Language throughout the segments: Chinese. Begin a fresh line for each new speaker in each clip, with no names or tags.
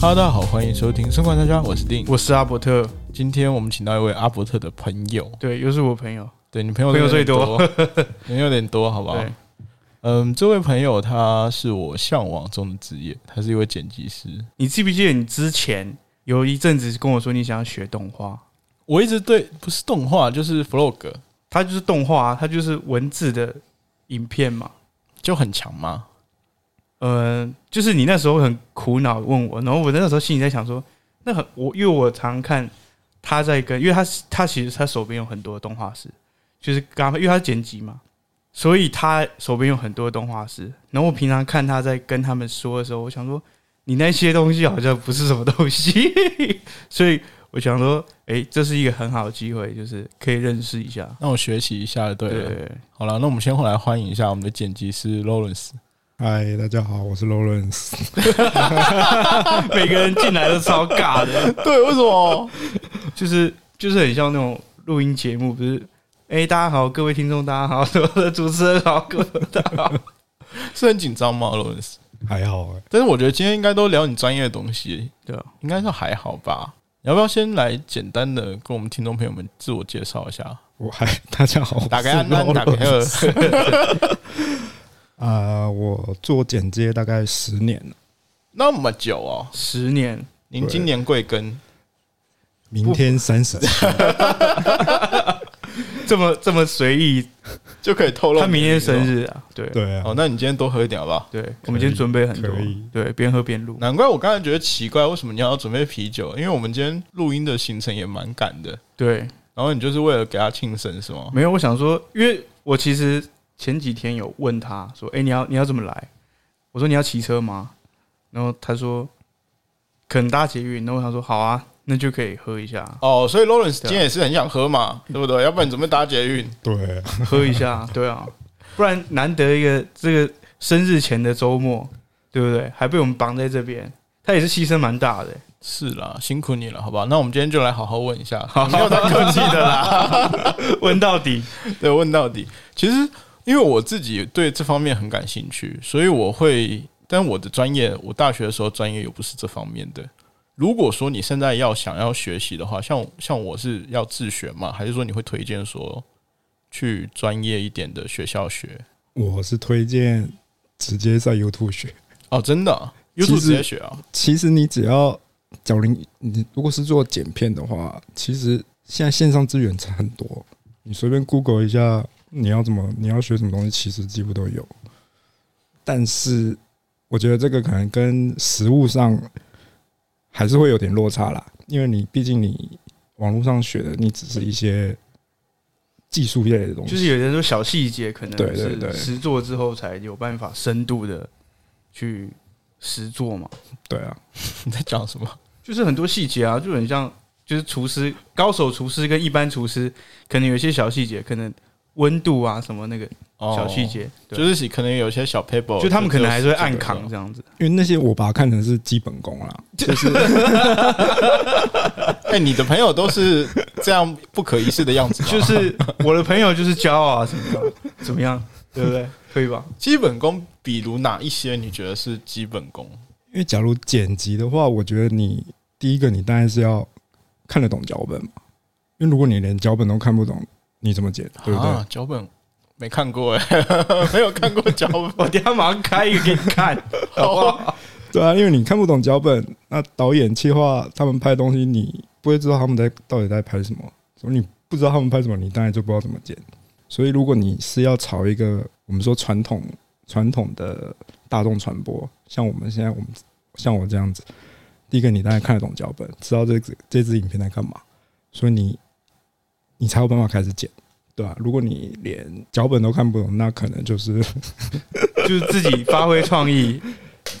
哈喽，大家好，欢迎收听《生活大家》，我是丁。
我是阿伯特，
今天我们请到一位阿伯特的朋友，
对，又是我朋友，
对你朋友
朋友
真的
最
有
多
点多，人有点多，好不好？
对，
嗯，这位朋友他是我向往中的职业，他是一位剪辑师。
你记不记得你之前有一阵子跟我说你想要学动画，
我一直对不是动画就是 vlog
它就是动画、啊，它就是文字的影片嘛。
就很强嘛，
呃，就是你那时候很苦恼问我，然后我那时候心里在想说，那很我因为我常看他在跟，因为他他其实他手边有很多动画师，就是刚因为他是剪辑嘛，所以他手边有很多动画师。然后我平常看他在跟他们说的时候，我想说你那些东西好像不是什么东西，所以我想说，诶，这是一个很好的机会，就是可以认识一下。
那我学习一下就对了。
对，
好了，那我们先回来欢迎一下我们的剪辑师 Lawrence。
嗨，大家好，我 是 Lawrence。
每个人进来都超尬的。
对，为什么？
就是就是很像那种录音节目，不是？哎、大家好，各位听众，大家好， 什么的，主持人好，各位大家好。
是很紧张吗，Lawrence？
还好哎、
但是我觉得今天应该都聊你专业的东西，
对啊，
应该是还好吧？你要不要先来简单的跟我们听众朋友们自我介绍一下？
我还大家好，
打开安
我是
安，打开
Lawrence
二，
啊、我做剪接大概十年了，
那么久哦。
十年，
您今年贵庚？
明天 三
哦
十，
这么这么随意，
就可以透露
他明天生
日
日啊，对
对啊
哦。，那你今天多喝一点好不好？
对，我们今天准备很多
可以，
对，边喝边录，
难怪我刚才觉得奇怪，为什么你要准备啤酒？因为我们今天录音的行程也蛮赶的，
对，
然后你就是为了给他庆生是吗？
没有，我想说，因为我其实前几天有问他说，哎、你要你要怎么来？我说你要骑车吗？然后他说可能搭捷运，然后我想说好啊，那就可以喝一下，
哦，所以 Lawrence 今天也是很想喝嘛，对不对？要不然你准备搭捷运？
对，
喝一下，对啊，不然难得一个这个生日前的周末，对不对？还被我们绑在这边，他也是牺牲蛮大的、
是啦，辛苦你了，好不好？那我们今天就来好好问一下，没有在客气的啦。
问到底，
对，问到底。其实因为我自己对这方面很感兴趣，所以我会，但我的专业，我大学的时候专业又不是这方面的。如果说你现在要想要学习的话，像像我是要自学嘛，还是说你会推荐说去专业一点的学校学？
我是推荐直接在 YouTube 学。
哦，真的、啊、
其实
，YouTube 直接学啊？
其实你只要找零，你如果是做剪片的话，其实现在线上资源很多，你随便 Google 一下你要怎么，你要学什么东西，其实几乎都有。但是我觉得这个可能跟实物上还是会有点落差啦，因为你毕竟你网络上学的，你只是一些技术类的东西，
就是有人说小细节可
对
能
对
是
对
实做之后才有办法深度的去实做嘛，
对啊，
你在讲什么？
就是很多细节啊，就很像就是厨师高手厨师跟一般厨师，可能有一些小细节，可能温度啊什么那个
哦
小细，节，对
就是可能有些小 paper，
就他们可能还是会暗
这
扛
个
这样子。
因为那些我把它看成是基本功啦，就是
哎、你的朋友都是这样不可一世的样子吗，
就是我的朋友就是骄傲啊，怎么样？怎么样？对不 对？可以吧？
基本功，比如哪一些你觉得是基本功？
因为假如剪辑的话，我觉得你第一个你当然是要看得懂脚本嘛，因为如果你连脚本都看不懂，你怎么剪，对不对？
啊，脚本没看过哎、欸， 没有看过脚本，
我等一下马上开一个给你 看，好不好？
对啊，因为你看不懂脚本，那导演、企划他们拍东西，你不会知道他们在到底在拍什么，所以你不知道他们拍什么，你当然就不知道怎么剪。所以如果你是要朝一个我们说传统传统的大众传播，像我们现在我们像我这样子，第一个你当然看得懂脚本，知道这支这支影片在干嘛，所以你你才有办法开始剪。对吧、如果你连脚本都看不懂，那可能就是
就是自己发挥创意，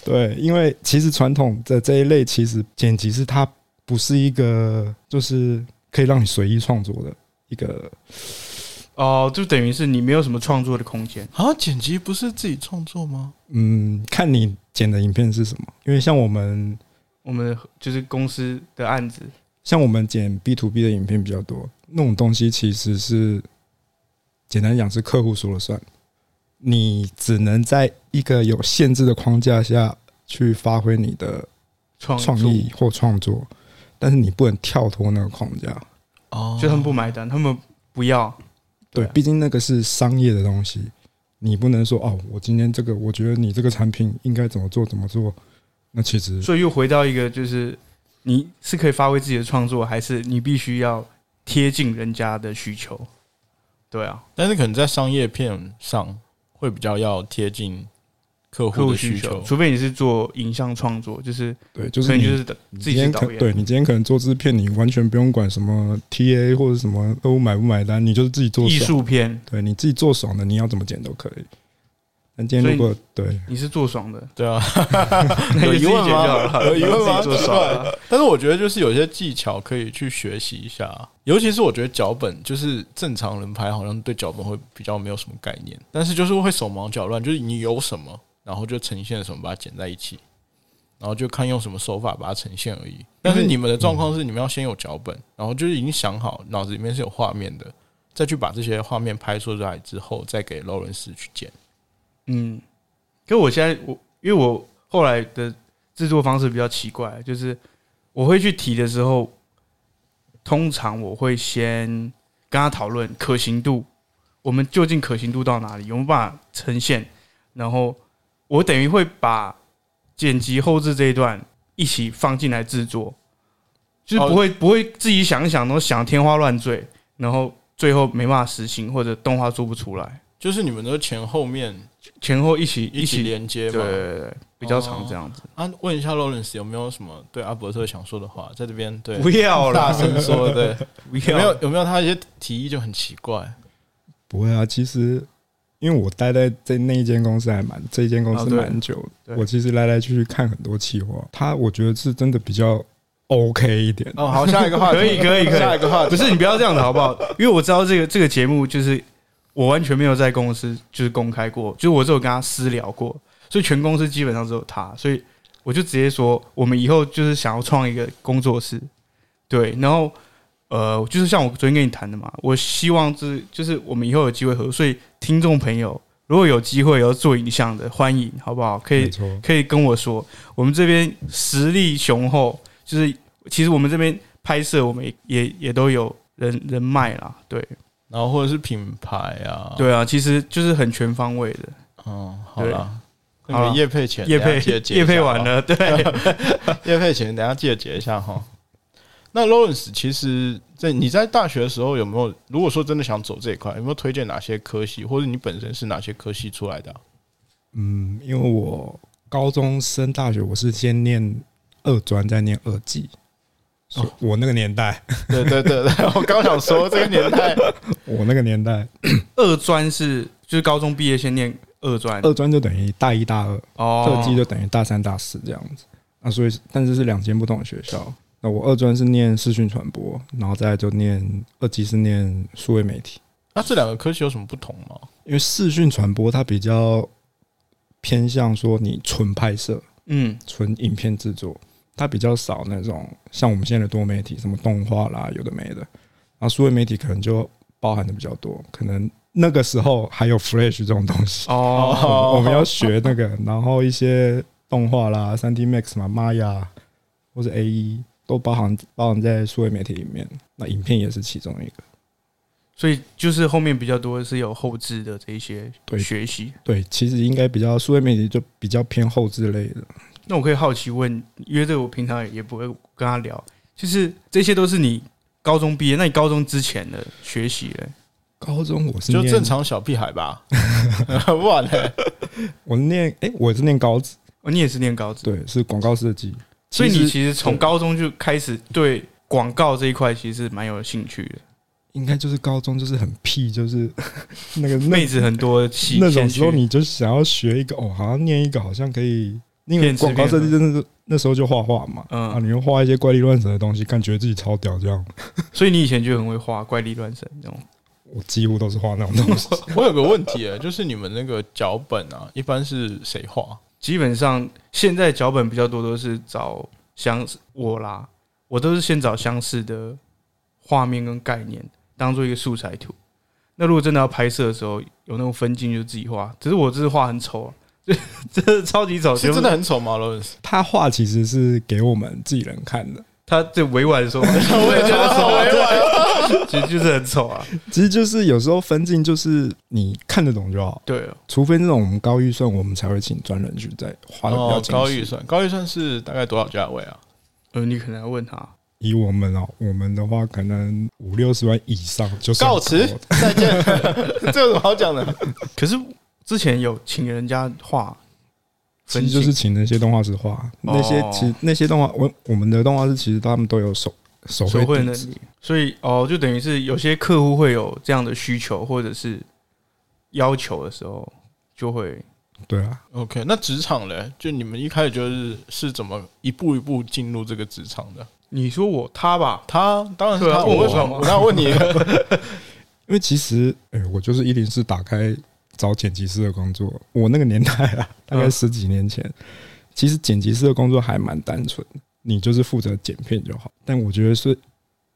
对，因为其实传统的这一类，其实剪辑是它不是一个就是可以让你随意创作的一个，
哦，就等于是你没有什么创作的空间。
啊，剪辑不是自己创作吗？
嗯，看你剪的影片是什么。因为像我们
我们就是公司的案子，
像我们剪 B to B 的影片比较多，那种东西其实是简单讲是客户说了算，你只能在一个有限制的框架下去发挥你的
创
创
作
意或创作，但是你不能跳脱那个框架。
哦
就他们不买单，他们不要。
对，
对啊
毕竟那个是商业的东西，你不能说哦，我今天这个，我觉得你这个产品应该怎么做怎么做。那其实
所以又回到一个，就是你是可以发挥自己的创作，还是你必须要贴近人家的需求？对啊，
但是可能在商业片上会比较要贴近客
客
户
户
的
需
需
求，
求，
除非你是做影像创作，就是
对，就
所
是
以
你
你就是
你
自
今
己是
天
导
可
演，
对你今天可能做制片，你完全不用管什么 TA 或者什么客户买不买单，你就是自己做
艺
爽。
术片
对，你自己做爽的，你要怎么剪都可以。但今
所
天
以
如果对，
你是做爽的，
对啊。
那
有
就自己
疑问
剪就
吗
好了，
有疑问
自己
吗
做爽啊，
但是我觉得就是有些技巧可以去学习一下，尤其是我觉得脚本，就是正常人拍好像对脚本会比较没有什么概念，但是就是会手忙脚乱，就是你有什么，然后就呈现什么，把它剪在一起，然后就看用什么手法把它呈现而已。但是你们的状况是，你们要先有脚本，然后就是已经想好，脑子里面是有画面的，再去把这些画面拍摄出来之后，再给劳伦斯去剪。
嗯，可我现在我因为我后来的制作方式比较奇怪，就是我会去提的时候，通常我会先跟他讨论可行度，我们究竟可行度到哪里，有没有办法呈现，然后我等于会把剪辑后置这一段一起放进来制作，就是不会、不会自己想一想，然后想天花乱坠，然后最后没办法实行或者动画做不出来，
就是你们的前后面
前后一起
一起连接
对
嘛，
对对，比较常这样子。
啊，问一下 Lawrence 有没有什么对阿伯特想说的话，在这边对
不要
大
啦，
声说，对，
不
有
要，
没有有没有他一些提议就很奇怪，
不会啊，其实因为我待在这那一间公司还蛮这一间公
哦
司
对
蛮久的，
对
我其实来来去去看很多企划，他我觉得是真的比较 OK 一点。
哦，好，下一个话题，
可以可以可以
下一个话
不
题，
是你不要这样子好不好？因为我知道这个这个节目就是我完全没有在公司就是公开过，就是我只有跟他私聊过，所以全公司基本上只有他，所以我就直接说我们以后就是想要创一个工作室，对，然后呃，就是像我昨天跟你谈的嘛，我希望是就是我们以后有机会合，所以听众朋友如果有机会要做影像的，欢迎好不好？可以
没错，
可以跟我说，我们这边实力雄厚，就是其实我们这边拍摄，我们也也也都有人人脉啦，对
然后或者是品牌啊，，
哦
对啊，其实就是很全方位的。
嗯，好啦，那
好
个
啦
叶配钱，
叶
等
配
一下记得结一下
叶配完了，对，
哦，叶配钱等一下记得结一下哈。 那 Lawrence，其实在你在大学的时候有没有，如果说真的想走这一块，有没有推荐哪些科系，或者你本身是哪些科系出来 的啊、
嗯，因为我高中升大学，我是先念二专，再念二技。所以我那个年代，
对对对对，我刚想说这个年代，
我那个年代，
二专是就是高中毕业先念二专，
二专就等于大一、大二，
哦
特技就等于大三、大四这样子。啊，所以但是是两间不同的学校。那我二专是念视讯传播，然后再来就念二技是念数位媒体，
那这两个科系有什么不同吗？
因为视讯传播它比较偏向说你纯拍摄、
嗯
纯影片制作，它比较少那种像我们现在的多媒体，什么动画啦，有的没的。然后数位媒体可能就包含的比较多，可能那个时候还有 Flash 这种东西，
哦
哦
我们要学那个，然后一些动画啦、三 D Max 嘛、Maya 或者 A E 都包含包含在数位媒体里面。那影片也是其中一个。
所以就是后面比较多是有后置的这一些
对
学习。
对，其实应该比较数位媒体就比较偏后置类的。
那我可以好奇问，因为这个我平常也也不会跟他聊，就是这些都是你高中毕业，那你高中之前的学习嘞？
高中我是
就
念
正，常小屁孩吧， 不然嘞，
我念哎、我是念高职，
哦，你也是念高职，
对，是广告设计。
所以
其
你
实
其实从高中就开始对广告这一块其实蛮有兴趣的，
应该就是高中就是很屁，就是 那个那
妹子很多戏
那
先
种时候
去
你就想要学一个哦，好像念一个好像可以，因为
电子
广告
片
设计真的是那时候就画画嘛，
嗯
啊，你又画一些怪力乱神的东西，感觉自己超屌这样。
所以你以前就很会画怪力乱神那种，
我几乎都是画那种东 西，
我有个问题耶，就是你们那个脚本啊，一般是谁画？
基本上现在脚本比较多都是找相我啦，我都是先找相似的画面跟概念当做一个素材图。那如果真的要拍摄的时候，有那种分镜就自己画，只是我这是画很丑啊， 这是超级丑，
哦是真的很丑吗，Lawrence？
他画其实是给我们自己人看的，
他最委婉的说法， 我也觉得
好委婉哦
婉，其实就是很丑啊。
其实就是有时候分镜就是你看得懂就好，
对哦，
除非那种我们高预算，我们才会请专人去再画的比较
哦，
精
高
细
预算，高预算是大概多少价位啊？
呃，你可能要问他，
以我们哦，我们的话可能五六十万以上就算
告辞
高了，
再 见。这有什么好讲的？
可是之前有请人家画
其
分
实
镜，
就是请那些动画师画，那些
哦
其那些动画，我我们的动画师其实他们都有手手
手绘
绘
能
底子
力，所以哦，就等于是有些客户会有这样的需求或者是要求的时候，就会
对啊，
OK，那职场嘞，就你们一开始就是是怎么一步一步进入这个职场的？
你说我他吧，
他当然是
对啊
他，
问
我
我
为什么？
吗
我要 问你，
因为其实，哎、我就是一零四打开找剪辑师的工作，我那个年代啊，大概
嗯
十几年前，其实剪辑师的工作还蛮单纯的，你就是负责剪片就好。但我觉得是，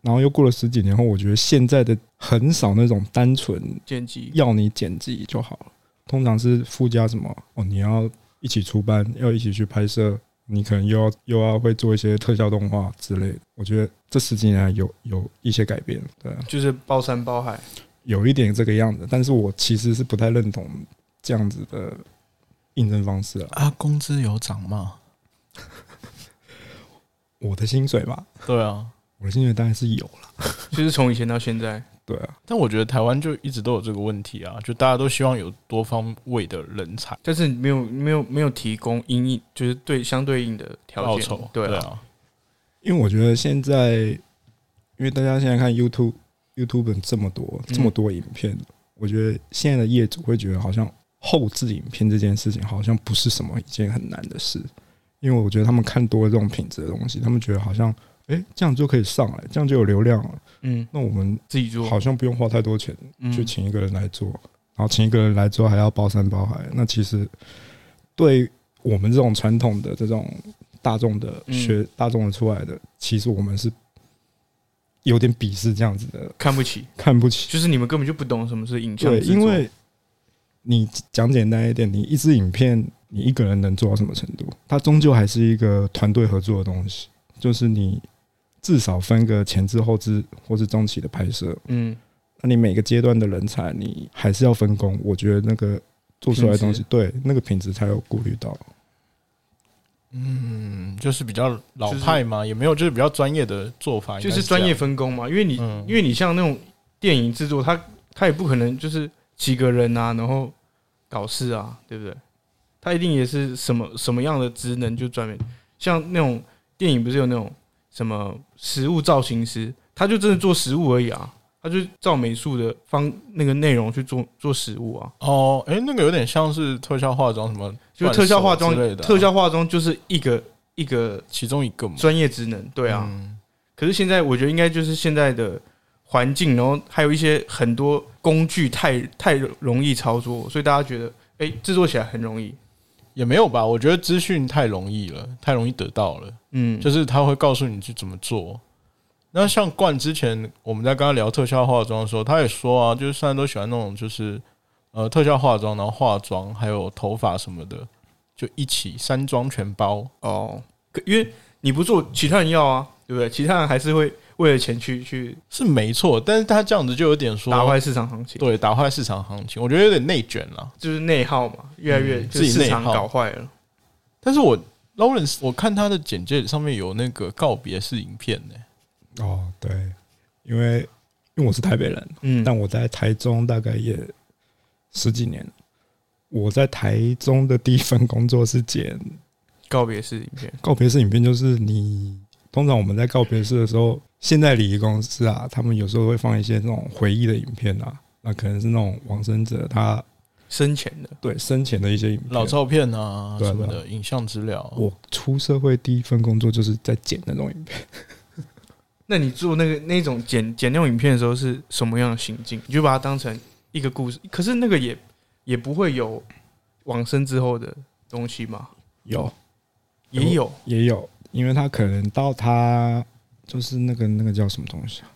然后又过了十几年后，我觉得现在的很少那种单纯
剪辑
要你剪辑就好了，通常是附加什么哦，你要一起出班，要一起去拍摄。你可能又要又要会做一些特效动画之类的，我觉得这十几年来有有一些改变，对啊、
就是包山包海，
有一点这个样子，但是我其实是不太认同这样子的应征方式啊。
啊，工资有涨吗？
我的薪水吧，
对啊，
我的薪水当然是有了，
就是从以前到现在，
对啊，
但我觉得台湾就一直都有这个问题啊，就大家都希望有多方位的人才
但是没有没有没有提供因应，就是对相对应的条
报
件
酬，，
对啊，
啊，
因为我觉得现在，因为大家现在看 YouTube、YouTube 这么多这么多影片，我觉得现在的业主会觉得好像后置影片这件事情好像不是什么一件很难的事，因为我觉得他们看多了这种品质的东西，他们觉得好像诶，这样就可以上来，这样就有流量了，
嗯，
那我们
自己做，
好像不用花太多钱。
嗯
去请一个人来做，然后请一个人来做还要包山包海，那其实对我们这种传统的这种大众的
嗯
学大众的出来的，其实我们是有点鄙视这样子的，
看不起，
看不起。
就是你们根本就不懂什么是影像
对，
制作，
因为你讲简单一点，你一支影片你一个人能做到什么程度？它终究还是一个团队合作的东西，就是你至少分个前置、后置或是中期的拍摄，
嗯，
那你每个阶段的人才，你还是要分工。我觉得那个做出来的东西，对那个品质才有顾虑到。
嗯，就是比较老派嘛，也没有就是比较专业的做法，
就
啊应该是
是
这
专
样
业，分工嘛，因为你
嗯
因为你像那种电影制作，他他也不可能就是几个人啊，然后搞事啊，对不对？他一定也是什么什么样的职能就专门，像那种电影不是有那种什么实物造型师，他就真的做实物而已啊，他就照美术的方那个内容去做做实物啊，
哦，哎，那个有点像是特效化妆什么，
就是特效化妆
之类的啊，
特效化妆就是一个一个
其中一个嘛，
专业职能，对啊。
嗯
可是现在我觉得应该就是现在的环境，然后还有一些很多工具太太容易操作，所以大家觉得哎、诶制作起来很容易。
也没有吧？我觉得资讯太容易了，太容易得到了，
嗯，
就是他会告诉你去怎么做。那像冠之前我们在跟他聊特效化妆的时候，他也说啊，就是现在都喜欢那种就是呃特效化妆，然后化妆还有头发什么的，就一起三装全包。
哦，可因为你不做，其他人要啊，对不对？其他人还是会为了钱去去
是没错，但是他这样子就有点说
打坏市场行情，
对打坏市场行情，我觉得有点内卷了。
就是内耗嘛，越来越
嗯
就是
自己内
市场
耗
搞坏了。
但是我 Lawrence，我看他的简介上面有那个告别式影片呢、
哦，对，因为因为我是台北人，
嗯，
但我在台中大概也十几年了。我在台中的第一份工作是剪
告别式影片，
告别式影片，就是你通常我们在告别式的时候，现在礼仪公司啊，他们有时候会放一些那种回忆的影片啊，那可能是那种往生者他
生前的
对生前的一些影片。
老照片啊
对啊
什么的影像资
哦
料。
我出社会第一份工作就是在剪那种影 片，
那你做那个那种剪剪那种影片的时候是什么样的心境？你就把它当成一个故事，可是那个也也不会有往生之后的东西嘛，
有有
也有
也有，因为他可能到他就是那个那个叫什么东西啊，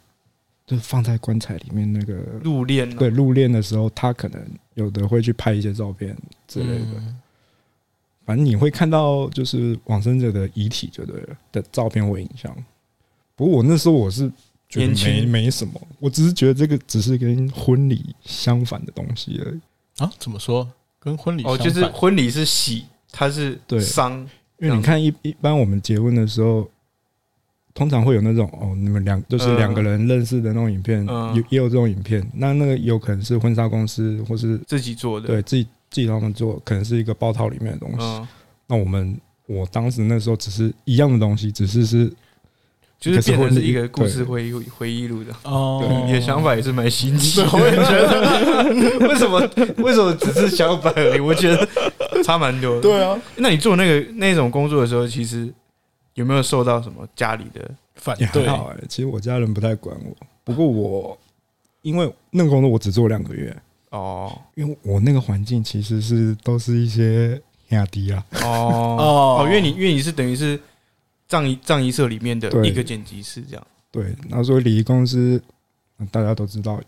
就放在棺材里面那个
入殓、啊，
对入殓的时候，他可能有的会去拍一些照片之类的。
嗯
反正你会看到就是往生者的遗体就对了的照片或影像。不过我那时候我是觉
年
得没
轻
没什么，我只是觉得这个只是跟婚礼相反的东西而已。
啊？怎么说？跟婚礼
哦，
相
就是
反
婚礼是喜，它是
对
丧，
因为你看一一般我们结婚的时候，通常会有那种哦，你们两就是
嗯
两个人认识的那种影片，
嗯
也也有这种影片。那那个有可能是婚纱公司或是
自己做的。
对自己自己让他们做，可能是一个包套里面的东西。
嗯，
那我们我当时那时候只是一样的东西，只是是
就是变成是一个故
可是
事
婚
回忆回忆录的。
哦，
你的想法也是蛮新奇的，
对我也觉
得。 为什么为什么只是相反而已？我觉得差蛮多的。
对啊，
那你做那个那种工作的时候，其实有没有受到什么家里的？
反
也还
对
好哎、其实我家人不太管我，不过我因为那个工作我只做两个月，
哦
因为我那个环境其实是都是一些亚迪啊，
哦
哦
哦，因为你因为你是等于是葬仪葬仪社里面的
对
一个剪辑师这样。
对，那所以礼仪公司嗯大家都知道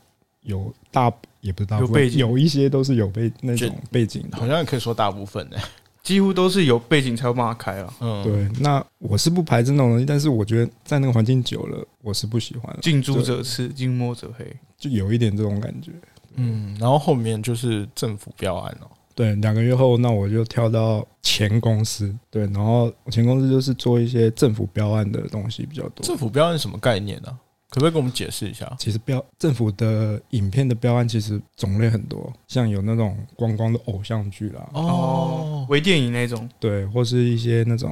有大也不是大部
有
分
背景
有一些都是有背那
就
种背景的
好，像也可以说大部分呢。
几乎都是有背景才有办法开啊了，
嗯，
对，那我是不排斥那种东西，但是我觉得在那个环境久了，我是不喜欢了，
近朱者赤，近墨者黑。
就有一点这种感觉。
嗯，然后后面就是政府标案哦，
对，两个月后，那我就跳到前公司，对，然后前公司就是做一些政府标案的东西比较多。
政府标案是什么概念呢、可不可以跟我们解释一下？
其实标政府的影片的标案其实种类很多，像有那种观光的偶像剧啦，
哦，微电影那种，
对，或是一些那种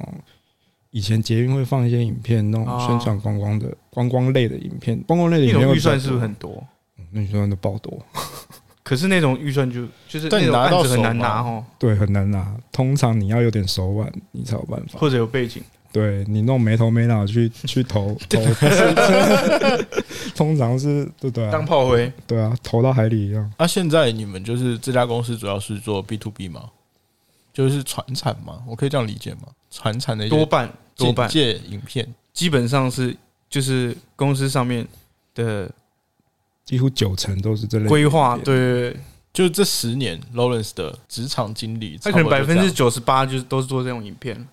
以前捷运会放一些影片，那
哦
种宣传观光的、观光类的影片，观光类的
那
影片
种
会
预
比较
算是不是
多
很多？
嗯那预算都爆多？
可是那种预算就就是
但
那
你
种
拿
案
到
子很
手
难
吗
拿哦，
对，很难拿。通常你要有点手腕，你才有办法。
或者有背景。
对你弄没头没脑去去 投投， 通常是对对
当
啊，
炮灰，
对啊，投到海里一样。
那、啊现在你们就是这家公司主要是做 B to B 吗？就是传产吗？我可以这样理解吗？传产的一些
多半多半
简介影片，
嗯基本上是就是公司上面的
几乎九成都是这类
规划，
影片
对对对，
就是这十年 Lawrence 的职场经历，
他可能
差
百
不多
分
就这
之
样
九十八就是都是做这种影片，
嗯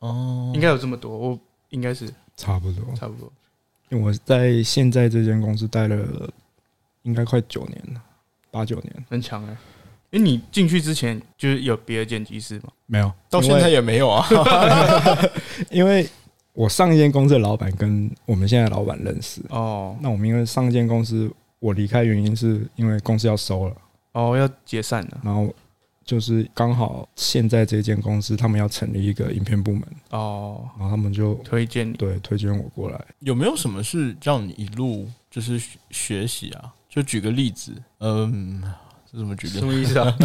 哦，
应该有这么多，我应该是
差不多。
差不多。
因为我在现在这间公司待了应该快九年了，八九年
很强哎、欸。因为你进去之前就是有别的剪辑师嘛，
没有，
到现在也没有啊。
因为我上一间公司的老板跟我们现在的老板认识，
哦
那我们因为上一间公司我离开原因是因为公司要收了，
哦，要解散了
然后就是刚好现在这间公司他们要成立一个影片部门，
哦，
然后他们就
推荐你
对推荐我过来。
有没有什么是让你一路就是学学习啊？就举个例子，嗯，这怎么举例
什？么意思啊？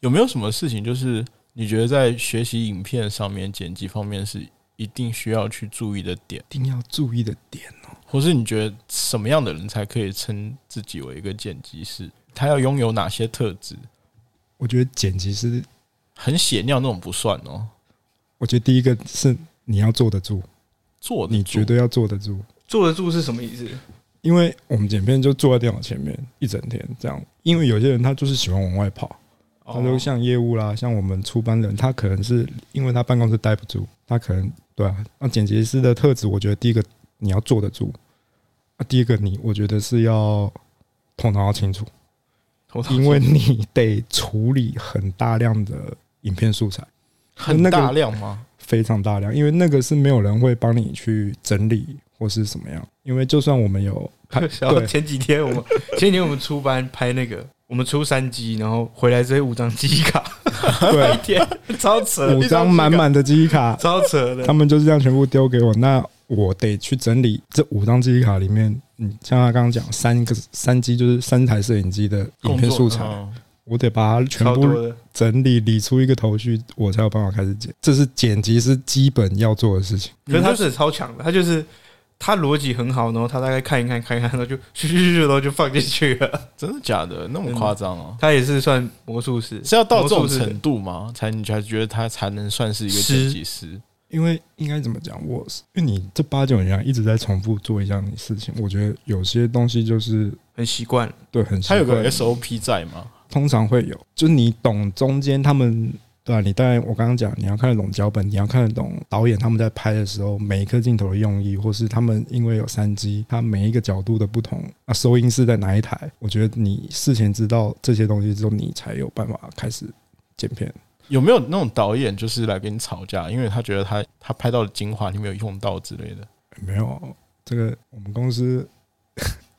有没有什么事情就是你觉得在学习影片上面、剪辑方面是一定需要去注意的点，
一定要注意的点哦，
或是你觉得什么样的人才可以称自己为一个剪辑师？他要拥有哪些特质？
我觉得剪辑师，
很血尿那种不算哦，
我觉得第一个是你要坐得住，
做得
你
住
绝对要坐得住，
坐得住是什么意思？
因为我们剪片就坐在电脑前面一整天这样，因为有些人他就是喜欢往外跑。
哦
他就像业务啦，像我们出班人，他可能是因为他办公室待不住，他可能对啊。那剪辑师的特质，我觉得第一个你要坐得住，啊，第一个你我觉得是要头脑要清楚，
头脑
因为你得处理很大量的影片素材，
很
那个
大量吗？
非常大量，因为那个是没有人会帮你去整理或是什么样，因为就算我们有拍
然后
对
前几天我们前几天我们出班拍那个，我们出三机，然后回来直接五张机卡，
对
一天超扯，
五
一机
张
卡
满，满的记忆卡，
超扯的
他。们就是这样全部丢给我，那我得去整理这五张记忆卡里面，嗯，像他刚刚讲三个三机就是三台摄影机的影片素材，
嗯
我得把它全
超多
部嗯
的，
整理理出一个头绪，我才有办法开始剪。这是剪辑师基本要做的事情。
可是他是超强的，他就是他逻辑很好，然后他大概看一看看一看，然后就咻咻咻咻，然后就放进去了。
真的假的？那么夸张哦？
嗯
他也是算魔术师，
是要到这种
魔术师
程度吗？才你才觉得他才能算是一个
师
剪辑师？
因为应该怎么讲，我是因为你这八九年来一直在重复做一样的事情，我觉得有些东西就是
很习惯。
对很习
他有个
惯
SOP 在吗？
通常会有，就是你懂中间他们对啊，你当然我刚刚讲，你要看得懂脚本，你要看得懂导演他们在拍的时候每一颗镜头的用意，或是他们因为有三机，它每一个角度的不同，啊，收音是在哪一台？我觉得你事前知道这些东西之后，你才有办法开始剪片。
有没有那种导演就是来跟你吵架，因为他觉得他他拍到的精华你没有用到之类的？
没有啊这个，我们公司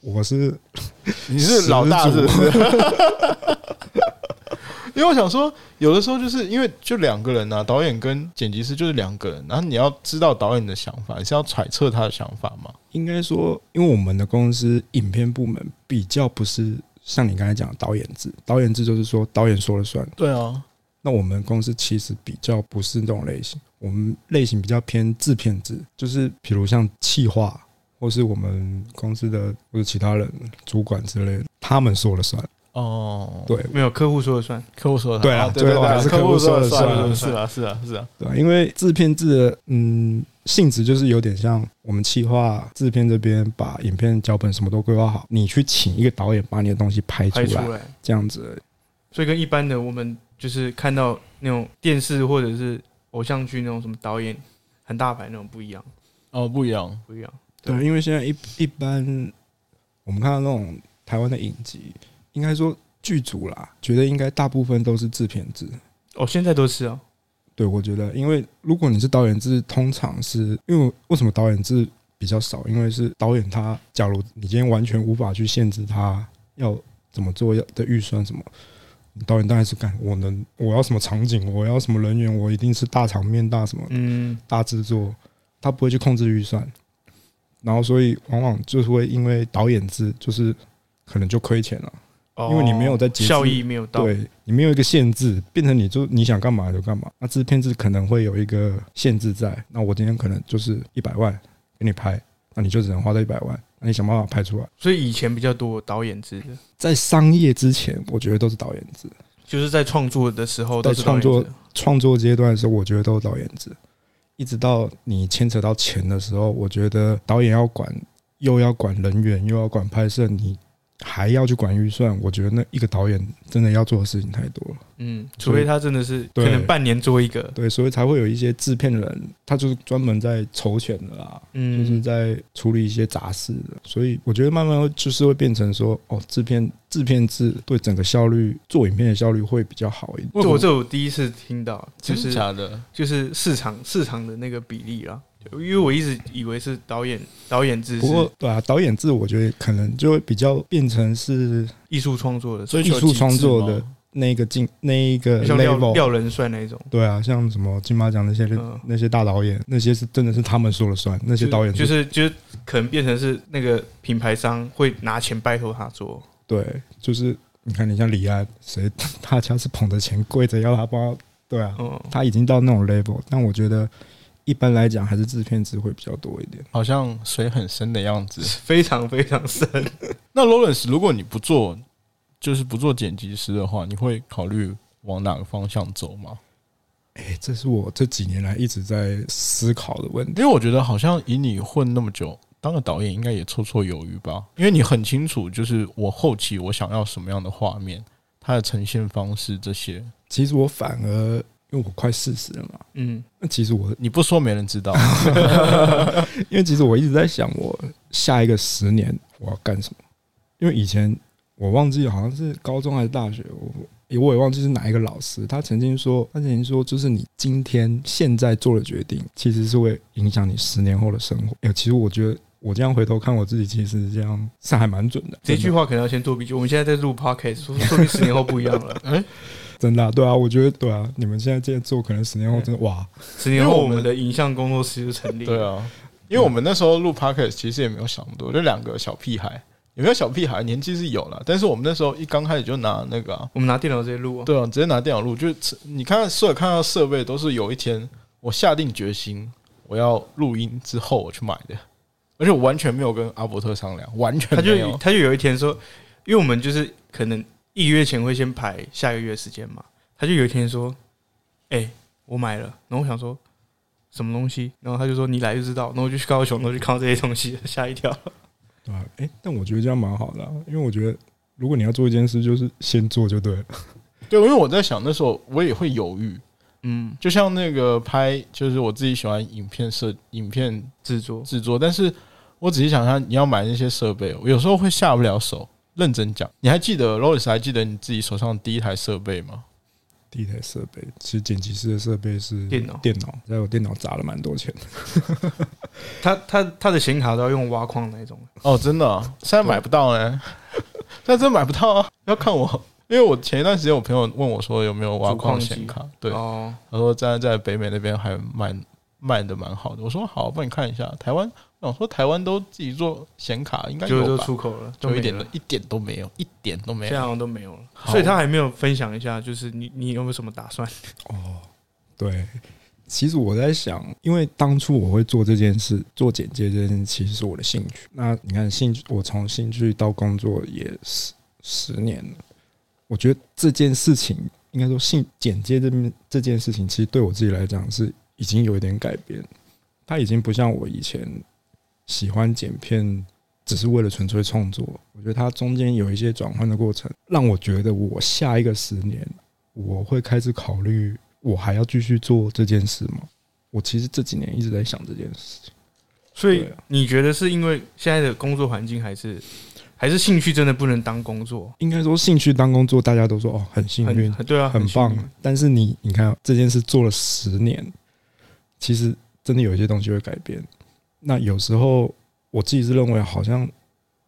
我是
你是老大是不 是？因为我想说，有的时候就是因为就两个人啊，导演跟剪辑师就是两个人，然后你要知道导演的想法，你是要揣测他的想法嘛？
应该说，因为我们的公司影片部门比较不是像你刚才讲的导演制，导演制就是说导演说了算。
对啊，
那我们公司其实比较不是那种类型，我们类型比较偏制片制，就是比如像企划，或是我们公司的或者其他人主管之类的，他们说了算。
哦，
对
没有客户说了算，
客户说的
对啊
对对
最后还
对，
是
客
客户
说
说
的
了
算
算
啊，是
啊
啊，是啊，是啊，
对啊，因为制片制的嗯性质就是有点像我们企划制片这边把影片脚本什么都规划好，你去请一个导演把你的东西拍出
拍出
来，
来。
这样子而已。
所以跟一般的我们就是看到那种电视或者是偶像剧那种什么导演很大牌那种不一样，
哦，不一样，
不一样。对
对，因为现在一一般我们看到那种台湾的影集，应该说剧组啦，觉得应该大部分都是制片制。
哦，现在都是哦，
对，我觉得，因为如果你是导演制，通常是因为为什么导演制比较少？因为是导演他，假如你今天完全无法去限制他要怎么做要的预算什么，导演当然是干我能我要什么场景，我要什么人员，我一定是大场面大什么
嗯，
大制作，他不会去控制预算，然后所以往往就是会因为导演制就是可能就亏钱了，
哦
因为你没有在节制
效益没有到，
对你没有一个限制，变成你就你想干嘛就干嘛。那制片制可能会有一个限制在，那我今天可能就是一百万给你拍，那你就只能花这一百万，那你想办法拍出来。
所以以前比较多导演制的，
在商业之前，我觉得都是导演制；
就是在创作的时候
在
都是导演制
创创作阶段的时候，我觉得都是导演制。一直到你牵扯到钱的时候，我觉得导演要管，又要管人员，又要管拍摄，你还要去管预算。我觉得那一个导演真的要做的事情太多了。
嗯，除非他真的是可
对
能半年做一个，
对，所以才会有一些制片人，他就是专门在筹钱的啦，就
嗯，
是在处理一些杂事的。所以我觉得慢慢会就是会变成说，哦，制片制片制对整个效率做影片的效率会比较好一点。
这我这我第一次听到，就
真的
是
假的？
就是市场市场的那个比例啦，因为我一直以为是导演导演制
不
是
过对啊，导演制我觉得可能就会比较变成是
艺术创作的，
追
艺
求
术
极致
创作的
吗
那一个进那一个
像廖
level。
廖人帅那一种，
对啊，像什么金马奖那些、
嗯
那些大导演，那些是真的是他们说了算，那些导演
就就是就是可能变成是那个品牌商会拿钱拜托他做，
对，就是你看，你像李安，谁大家是捧着钱跪着要他帮他，对啊，
嗯，
他已经到那种 level，但我觉得一般来讲还是制片制会比较多一点。
好像水很深的样子。
非常非常深。
那 Lawrence，如果你不做，就是不做剪辑师的话，你会考虑往哪个方向走吗？
哎、这是我这几年来一直在思考的问题。
因为我觉得好像以你混那么久，当个导演应该也绰绰有余吧，因为你很清楚，就是我后期我想要什么样的画面，它的呈现方式这些，
其实我反而因为我快四十了嘛，
嗯，
那其实我
你不说没人知道。
因为其实我一直在想，我下一个十年我要干什么？因为以前我忘记好像是高中还是大学，我我也忘记是哪一个老师，他曾经说，他曾经说，就是你今天现在做的决定，其实是会影响你十年后的生活。哎、其实我觉得我这样回头看我自己，其实这样是还蛮准的。
这
真的
句话可能要先做笔记。我们现在在录 podcast，说说明十年后不一样了。
真的啊、对啊，我觉得对啊，你们现在这样做，可能十年后真的哇，
十年后我们的影像工作室就成 立。
对，啊，因为我们那时候录 podcast 其实也没有想多，就两个小屁孩，有没有小屁孩？年纪是有了，但是我们那时候一刚开始就拿那个、啊，
我们拿电脑直接录啊。
对啊，直接拿电脑录，就是你看设看到设备都是有一天我下定决心我要录音之后我去买的，而且我完全没有跟阿伯特商量，完全
他
没
就
有。
他就有一天说，因为我们就是可能一个月前会先排下一个月的时间嘛，他就有一天说，哎、我买了，然后我想说什么东西，然后他就说你来就知道，然后我就去高雄，然后就看到这些东西，吓一跳。
对啊，哎、但我觉得这样蛮好的啊、因为我觉得如果你要做一件事，就是先做就对了。
对，因为我在想那时候我也会犹豫，
嗯，
就像那个拍，就是我自己喜欢影片设影片
制作
制作，但是我仔细想想，你要买那些设备，哦我有时候会下不了手。认真讲，你还记得 r o l i s 还记得你自己手上第一台设备吗？
第一台设备，其实剪辑师的设备是
电脑
电脑，在我电脑砸了蛮多钱的。
他他他的显卡都要用挖矿那一种，
哦，真的、啊，现在买不到呢， 现在真买不到啊！要看我，因为我前一段时间我朋友问我说有没有挖矿显卡，对，
哦，
他说在在北美那边还蛮卖的蛮好的。我说好，帮你看一下台湾。我说台湾都自己做显卡，应该
就
有
就
吧？
出口了，都
就
没
一点
了啊
都，一点都没有，一点都没
现在
有。
好像都没有了，
好
所以他还没有分享一下，就是你你有没有什么打算？
哦，对，其实我在想，因为当初我会做这件事，做简介这件事，其实是我的兴趣。那你看，兴趣，我从兴趣到工作也十十年了。我觉得这件事情，应该说兴简介这边这件事情，其实对我自己来讲是已经有一点改变。它已经不像我以前喜欢剪片，只是为了纯粹创作。我觉得它中间有一些转换的过程，让我觉得我下一个十年我会开始考虑，我还要继续做这件事吗？我其实这几年一直在想这件事情。
所以
对啊
你觉得是因为现在的工作环境，还是还是兴趣真的不能当工作？
应该说，兴趣当工作，大家都说哦，很幸运
很，很对啊，
很
幸
棒
运。
但是你，你看这件事做了十年，其实真的有一些东西会改变。那有时候我自己是认为，好像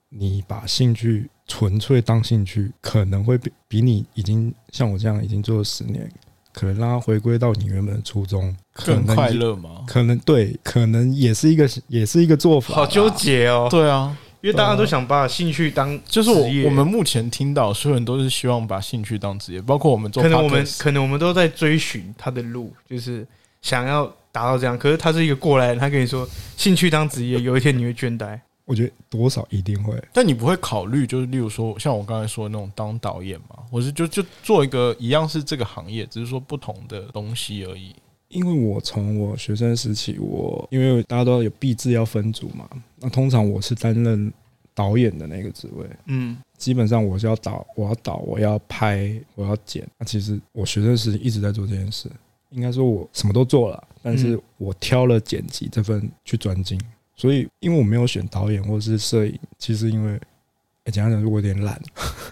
你把兴趣纯粹当兴趣，可能会比比你已经像我这样已经做了十年，可能让它回归到你原本的初衷，可
更
能
快乐吗？
可能对，可能也是一个也是一个做法。
好纠，结哦，
对啊，
因为大家都想把兴趣当，
就是我
职业
我们目前听到所有人都是希望把兴趣当职业，包括我们做
可
podcast,
能我们可能我们都在追寻他的路，就是想要达到这样。可是他是一个过来人，他跟你说兴趣当职业，有一天你会倦怠。
我觉得多少一定会。
但你不会考虑，就是例如说，像我刚才说的那种当导演嘛，我是就就做一个一样是这个行业，只是说不同的东西而已。
因为我从我学生时期，我因为大家都有毕制要分组嘛，那通常我是担任导演的那个职位，
嗯，
基本上我是要导，我要导，我要拍，我要剪。那其实我学生时期一直在做这件事，应该说我什么都做了，但是
嗯
我挑了剪辑这份去专精。所以，因为我没有选导演或是摄影，其实因为，哎、讲讲，如果有点懒，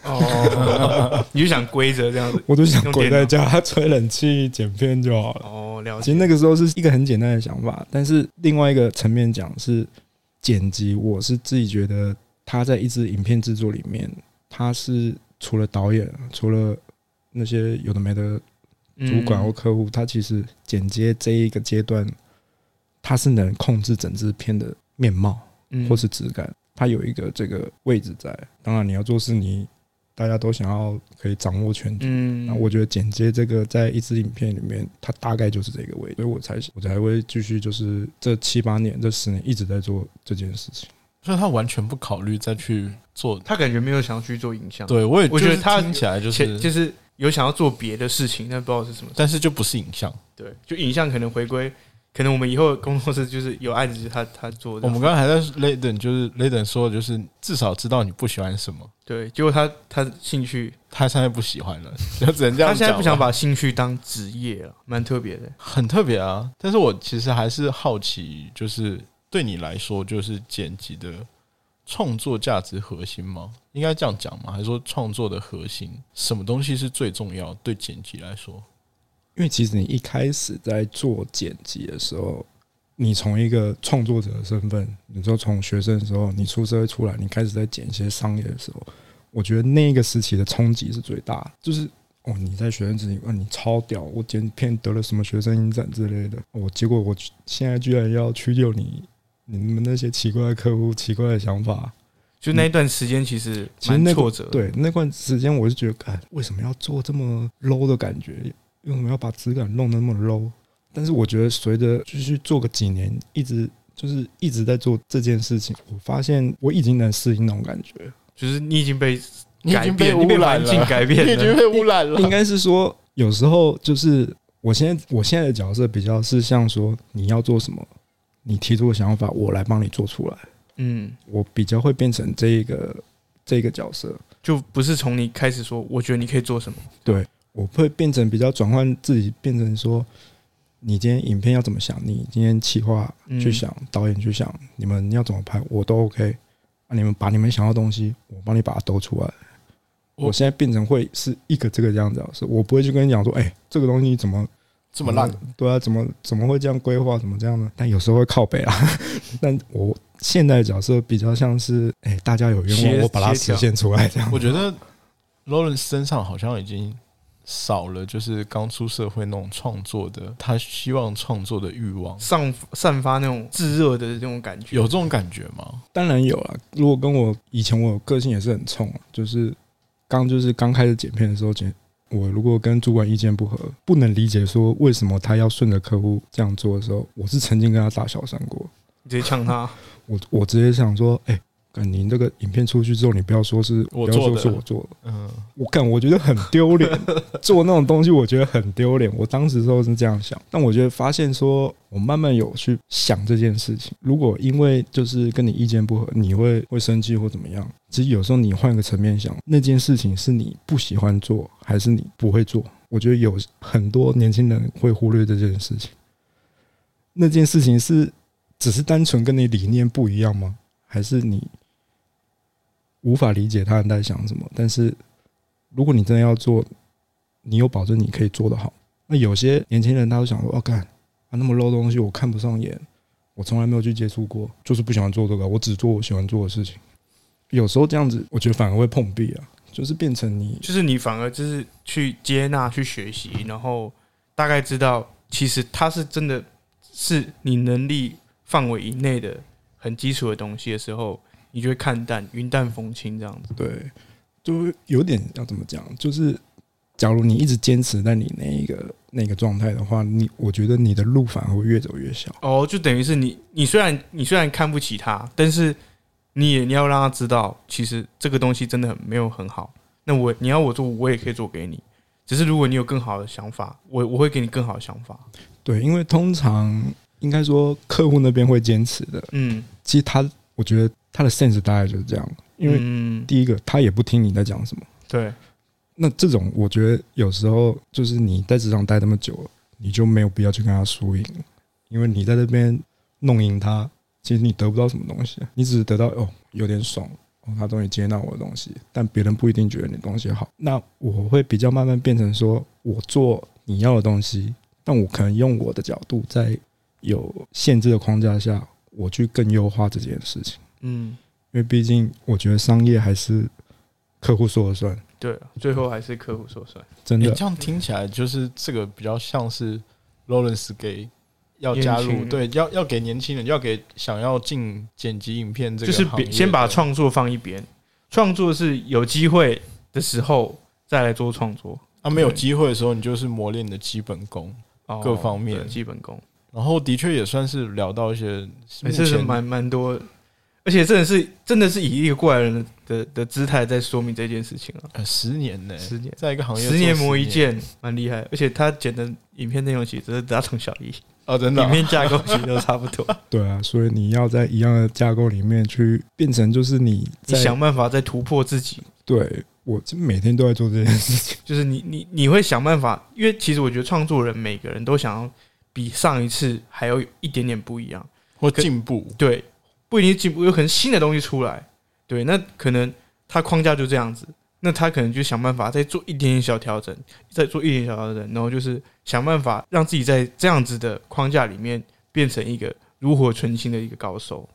哦， 你就想规则这样子。
我都想
用
滚
电脑
在家吹冷气剪片就好了。
哦，了
其
解。
实那个时候是一个很简单的想法，但是另外一个层面讲是剪辑，我是自己觉得他在一支影片制作里面，他是除了导演，除了那些有的没的主管或
嗯
客户，他其实剪接这一个阶段，他是能控制整支片的面貌
嗯
或是质感，他有一个这个位置在。当然，你要做是你大家都想要可以掌握全局。
嗯
那我觉得剪接这个在一支影片里面，它大概就是这个位置，所以我才我才会继续就是这七八年这十年一直在做这件事情。
所以他完全不考虑再去做。
他感觉没有想要去做影像，
对我也
我觉得
就是
他
听起来就
且
是，
就是有想要做别的事情，但不知道是什么。
但是就不是影像。
对，就影像可能回归，可能我们以后工作室就是有案子，就是他他做的。
我们刚才还在 Layden，就是 Layden 说，的就是至少知道你不喜欢什么。
对，结果他他兴趣，
他现在不喜欢了，就只能这样讲
他
吧。
现在不想把兴趣当职业了，蛮特别的。
很特别啊。但是我其实还是好奇，就是对你来说，就是剪辑的创作价值核心吗？应该这样讲吗？还是说创作的核心，什么东西是最重要？对剪辑来说，
因为其实你一开始在做剪辑的时候，你从一个创作者的身份，你说从学生的时候，你出社会出来，你开始在剪一些商业的时候，我觉得那个时期的冲击是最大的，就是。哦，你在学生时期，哇，你超屌！我剪片得了什么学生影展之类的，我、结果我现在居然要屈就你，你们那些奇怪的客户、奇怪的想法，
就
嗯
那一段时间，其实
其实
蛮
那个
挫折的。
对，那段时间我是觉得，哎，为什么要做这么 low 的感觉？为什么要把质感弄得那么 low？但是我觉得随着继续做个几年，一直就是一直在做这件事情，我发现我已经能适应那种感觉。
就是你已经被
你已
改
经被
变，你
污
被
染
环境
了，
改
你
变
已经
了。
被污染
应
了。
该是说，有时候就是我现在我现在的角色比较是像说，你要做什么，你提出的想法，我来帮你做出来。
嗯，
我比较会变成这一个这个角色。
就不是从你开始说，我觉得你可以做什么。
对我会变成比较转换自己，变成说，你今天影片要怎么想，你今天企划
嗯
嗯
去想，导演去想，你们要怎么拍，我都 OK。啊，你们把你们想要的东西，我帮你把它兜出来。
我
我现在变成会是一个这个样子啊，是我不会去跟你讲说，哎、这个东西怎么
这么烂，
对啊，怎么怎么会这样规划？怎么这样呢？但有时候会靠北啊。 但我现在的角色比较像是，哎、大家有愿
协
望，我把它
协调
实现出来这样。
我觉得 Lawrence 身上好像已经少了，就是刚出社会那种创作的，他希望创作的欲望，
上散发那种炙热的这种感觉。
有这种感觉吗？
当然有啦，如果跟我以前我个性也是很冲啊，就是刚就是刚开始剪片的时候剪，我如果跟主管意见不合，不能理解说为什么他要顺着客户这样做的时候，我是曾经跟他打小三过。
你直接呛他，
我我直接想说，哎、干你这个影片出去之后，你不要说是
我
不要
做
说
的
是我做的，
嗯，
我干，我觉得很丢脸，做那种东西我觉得很丢脸。我当时都是这样想，但我觉得发现说，我慢慢有去想这件事情。如果因为就是跟你意见不合，你会会生气或怎么样，其实有时候你换个层面想，那件事情是你不喜欢做，还是你不会做？我觉得有很多年轻人会忽略这件事情。那件事情是只是单纯跟你理念不一样吗？还是你无法理解他人在想什么？但是如果你真的要做，你有保证你可以做得好。那有些年轻人他会想说：“哦，干啊，那么 low 的东西我看不上眼，我从来没有去接触过，就是不喜欢做这个，我只做我喜欢做的事情。”有时候这样子，我觉得反而会碰壁啊，就是变成你
就是你反而就是去接纳、去学习，然后大概知道，其实它是真的是你能力范围以内的很基础的东西的时候，你就会看淡、云淡风轻这样子。
对，就有点要怎么讲，就是假如你一直坚持在你那一个那个状态的话，你我觉得你的路反而会越走越小。
哦，就等于是你，你虽然你虽然看不起他，但是你也你要让他知道，其实这个东西真的很没有很好。那我你要我做，我也可以做给你。只是如果你有更好的想法，我我会给你更好的想法。
对，因为通常应该说客户那边会坚持的，
嗯，
其实他，我觉得他的 sense 大概就是这样。因为
嗯、
第一个，他也不听你在讲什么。
对，
那这种，我觉得有时候就是你在职场待那么久了，你就没有必要去跟他输赢，因为你在那边弄赢他，其实你得不到什么东西，你只是得到哦有点爽，哦他终于接纳我的东西，但别人不一定觉得你的东西好。那我会比较慢慢变成说我做你要的东西，但我可能用我的角度，在有限制的框架下，我去更优化这件事情。
嗯，
因为毕竟我觉得商业还是客户说了算，
对啊，最后还是客户说算。
真
你、
的。
这样听起来就是这个比较像是 Lawrence 给要加
年轻
入，
人
对，要要给年轻人，要给想要进剪辑影片这
就
个
是
行业
别
的，
先把创作放一边，创作是有机会的时候再来做创作，
啊没有机会的时候，你就是磨练你的基本功。
哦
各方面
对基本功，
然后的确也算是聊到一些目
也哎是
前
蛮蛮多，而且真的是真的是以一个过来人的的的姿态在说明这件事情啊，
呃十年呢、
十年
在一个行业
十年
做
磨一剑，蛮厉害，而且他剪的影片内容其实真的大同小异，
哦，真的啊、
影片架构其实都差不 多，
对啊，所以你要在一样的架构里面去变成，就是你
你
在
想办法再突破自己，
对我就每天都在做这件事情。
就是你你你会想办法，因为其实我觉得创作人每个人都想要比上一次还要有一点点不一样。
或进步，
对，不一定进步，有可能新的东西出来。对，那可能它框架就这样子，那他可能就想办法再做一点点小调整，再做一点小调整，然后就是想办法让自己在这样子的框架里面变成一个炉火纯青的一个高手。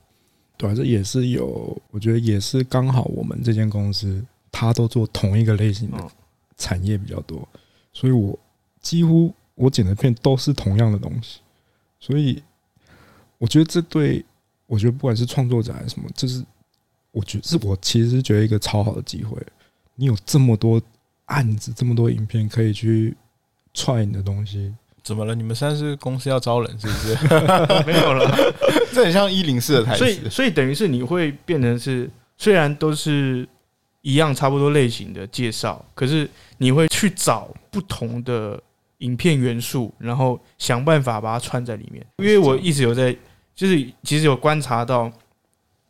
对、啊，这也是有，我觉得也是刚好我们这间公司，它都做同一个类型的
嗯
产业比较多，所以我几乎我剪的片都是同样的东西，所以我觉得这对我觉得不管是创作者还是什么，就是我觉得是我其实是觉得一个超好的机会，你有这么多案子，这么多影片可以去踹你的东西，
怎么了？你们现在是公司要招人是不是？
没有了，
这很像一零四的台
所以
词。
所以等于是你会变成是，虽然都是一样差不多类型的介绍，可是你会去找不同的影片元素，然后想办法把它串在里面。因为我一直有在，就是其实有观察到，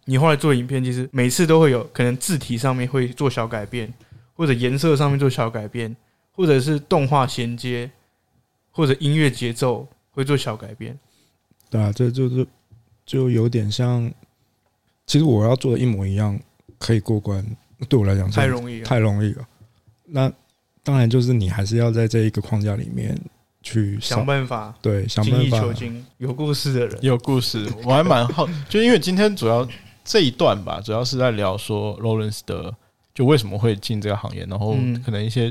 你后来做影片，其实每次都会有可能字体上面会做小改变，或者颜色上面做小改变，或者是动画衔接，或者音乐节奏会做小改变。
对啊，这就是就有点像，其实我要做的一模一样可以过关，对我来讲
太
是
容易了，
嗯太容易了。那当然就是你还是要在这一个框架里面去
想
上
办法
对想
精
办
益求
法，
精，有故事的人，
有故事，我还蛮好，就因为今天主要这一段吧，主要是在聊说 Lawrence 的就为什么会进这个行业，然后
嗯
可能一些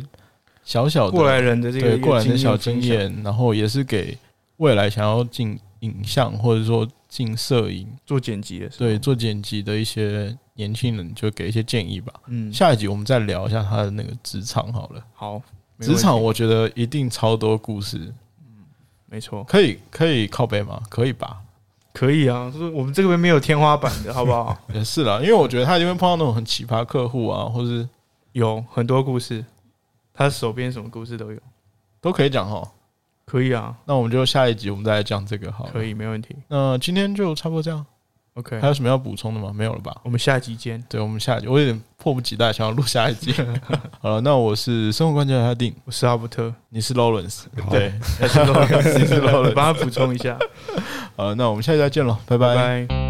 小小的
过来人的这个
对过来的小
经
经
验分享，
验，然后也是给未来想要进影像或者说进摄影，
做剪辑的时候，
对做剪辑的一些年轻人，就给一些建议吧。
嗯，
下一集我们再聊一下他的那个职场好了，
好，没问
职
题
场我觉得一定超多故事，
没错，
可以可以靠背吗？可以吧？
可以啊，就是我们这个边没有天花板 的，好不好？
也是啦，因为我觉得他一定会碰到那种很奇葩客户啊，或是
有很多故事，他手边什么故事都有，
都可以讲哈。
可以啊，
那我们就下一集我们再来讲这个好了。
可以，没问题。
那今天就差不多这样，
OK，
还有什么要补充的吗？没有了吧？
我们下集见。
对，我们下一集我有点迫不及待想要录下一集。好了，那我是生活观察家定，
我是阿 伯特，
你是 Lawrence，
好
对，
他是 l a
你是
w
Lawrence。
帮他补充一下，
好了，那我们下期再见了，拜
拜拜。